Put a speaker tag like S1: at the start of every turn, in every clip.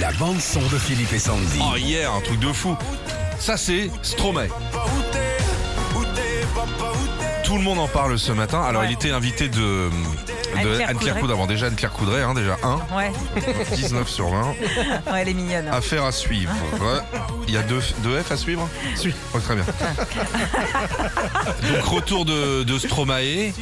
S1: La bande son de Philippe et Sandy.
S2: Oh yeah, un truc de fou. Ça c'est Stromae. Tout le monde en parle ce matin. Alors
S3: Ouais.
S2: il était invité de, de
S3: Anne-Claire
S2: Anne-Claire
S3: Coudray.
S2: Coudray. Avant déjà Anne-Claire Coudray, hein, déjà 1,
S3: Ouais,
S2: 19 sur 20.
S3: ouais, elle est mignonne.
S2: Affaire à suivre. Ouais. Il y a deux, deux F à suivre Oui. très bien. Donc retour de, de Stromae.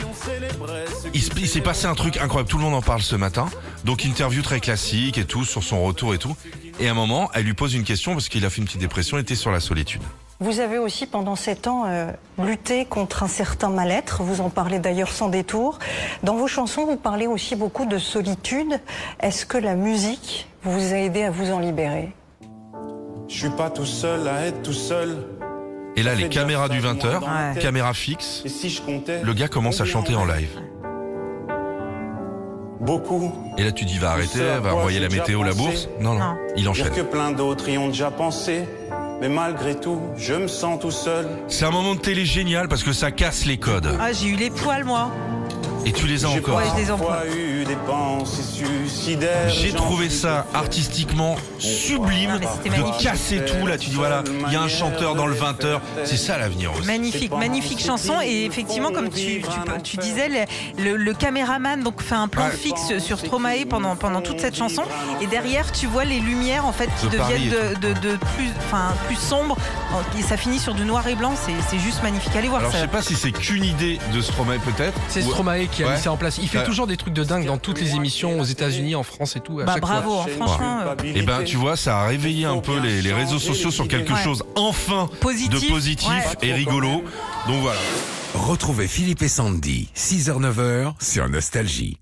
S2: Il, se- il s'est passé un truc incroyable. Tout le monde en parle ce matin. Donc interview très classique et tout sur son retour et tout. Et à un moment, elle lui pose une question parce qu'il a fait une petite dépression. Il était sur la solitude.
S4: Vous avez aussi pendant sept ans euh, lutté contre un certain mal-être, vous en parlez d'ailleurs sans détour. Dans vos chansons, vous parlez aussi beaucoup de solitude. Est-ce que la musique vous a aidé à vous en libérer
S5: Je suis pas tout seul à être tout seul.
S2: Et là,
S5: Ça
S2: les
S5: fait déjà
S2: caméras
S5: ça,
S2: du
S5: moi,
S2: 20h,
S5: dans ma tête.
S2: caméra fixe,
S5: Et si je comptais.
S2: le gars commence à
S5: combien
S2: chanter en live.
S5: Beaucoup.
S2: Et là, tu dis, va arrêter,
S5: sais à
S2: va
S5: quoi
S2: envoyer
S5: j'ai
S2: la
S5: déjà
S2: météo, la
S5: pensé.
S2: bourse. Non, non,
S3: Non.
S2: il
S5: Dire
S2: enchaîne.
S5: que plein d'autres y ont déjà pensé. Mais malgré tout, je me sens tout seul.
S2: C'est un moment de télé génial parce que ça casse les codes.
S3: Ah, j'ai eu les poils, moi.
S2: Et tu les as
S5: J'ai
S2: encore.
S3: Ouais, je les
S5: parfois
S3: emploie.
S5: eu des pensées suicidaires.
S2: J'ai
S5: j'en
S2: trouvé
S5: suis
S2: ça
S5: défait.
S2: artistiquement sublime
S3: Non, mais c'était
S2: de
S3: Ah, magnifique.
S2: casser tout. Là, tu dis, voilà, il y a un chanteur dans le 20h. C'est ça l'avenir aussi.
S5: C'est
S3: Magnifique,
S5: pas
S3: magnifique
S5: un
S3: chanson.
S5: souci,
S3: Et
S5: ils
S3: effectivement,
S5: font
S3: comme tu,
S5: vivre un
S3: tu, tu
S5: enfer.
S3: disais, le, le- le caméraman donc fait un plan
S2: Ouais.
S3: fixe sur Stromae pendant, pendant toute cette chanson. Et derrière, tu vois les lumières en fait qui
S2: De Paris
S3: deviennent de, de- de plus, enfin, plus sombres. Et ça finit sur du noir et blanc. C'est c'est juste magnifique. Allez voir
S2: Alors, je
S3: ça.
S2: sais pas si c'est qu'une idée de Stromae, peut-être.
S6: C'est
S2: ou-
S6: Stromae qui a
S2: Ouais.
S6: mis ça en place. Il fait
S2: Ouais.
S6: toujours des trucs de dingue dans toutes les émissions aux États-Unis, en France et tout. À
S3: Bah,
S6: chaque
S3: bravo, hein,
S5: J'ai une
S3: franchement. euh,
S5: culpabilité.
S2: Eh ben, tu vois, ça a réveillé un peu les, les réseaux sociaux sur quelque
S3: Ouais.
S2: chose enfin
S3: Positif,
S2: de positif
S3: ouais.
S2: et rigolo. Donc voilà.
S1: Retrouvez Philippe et Sandy, 6h-9h sur Nostalgie.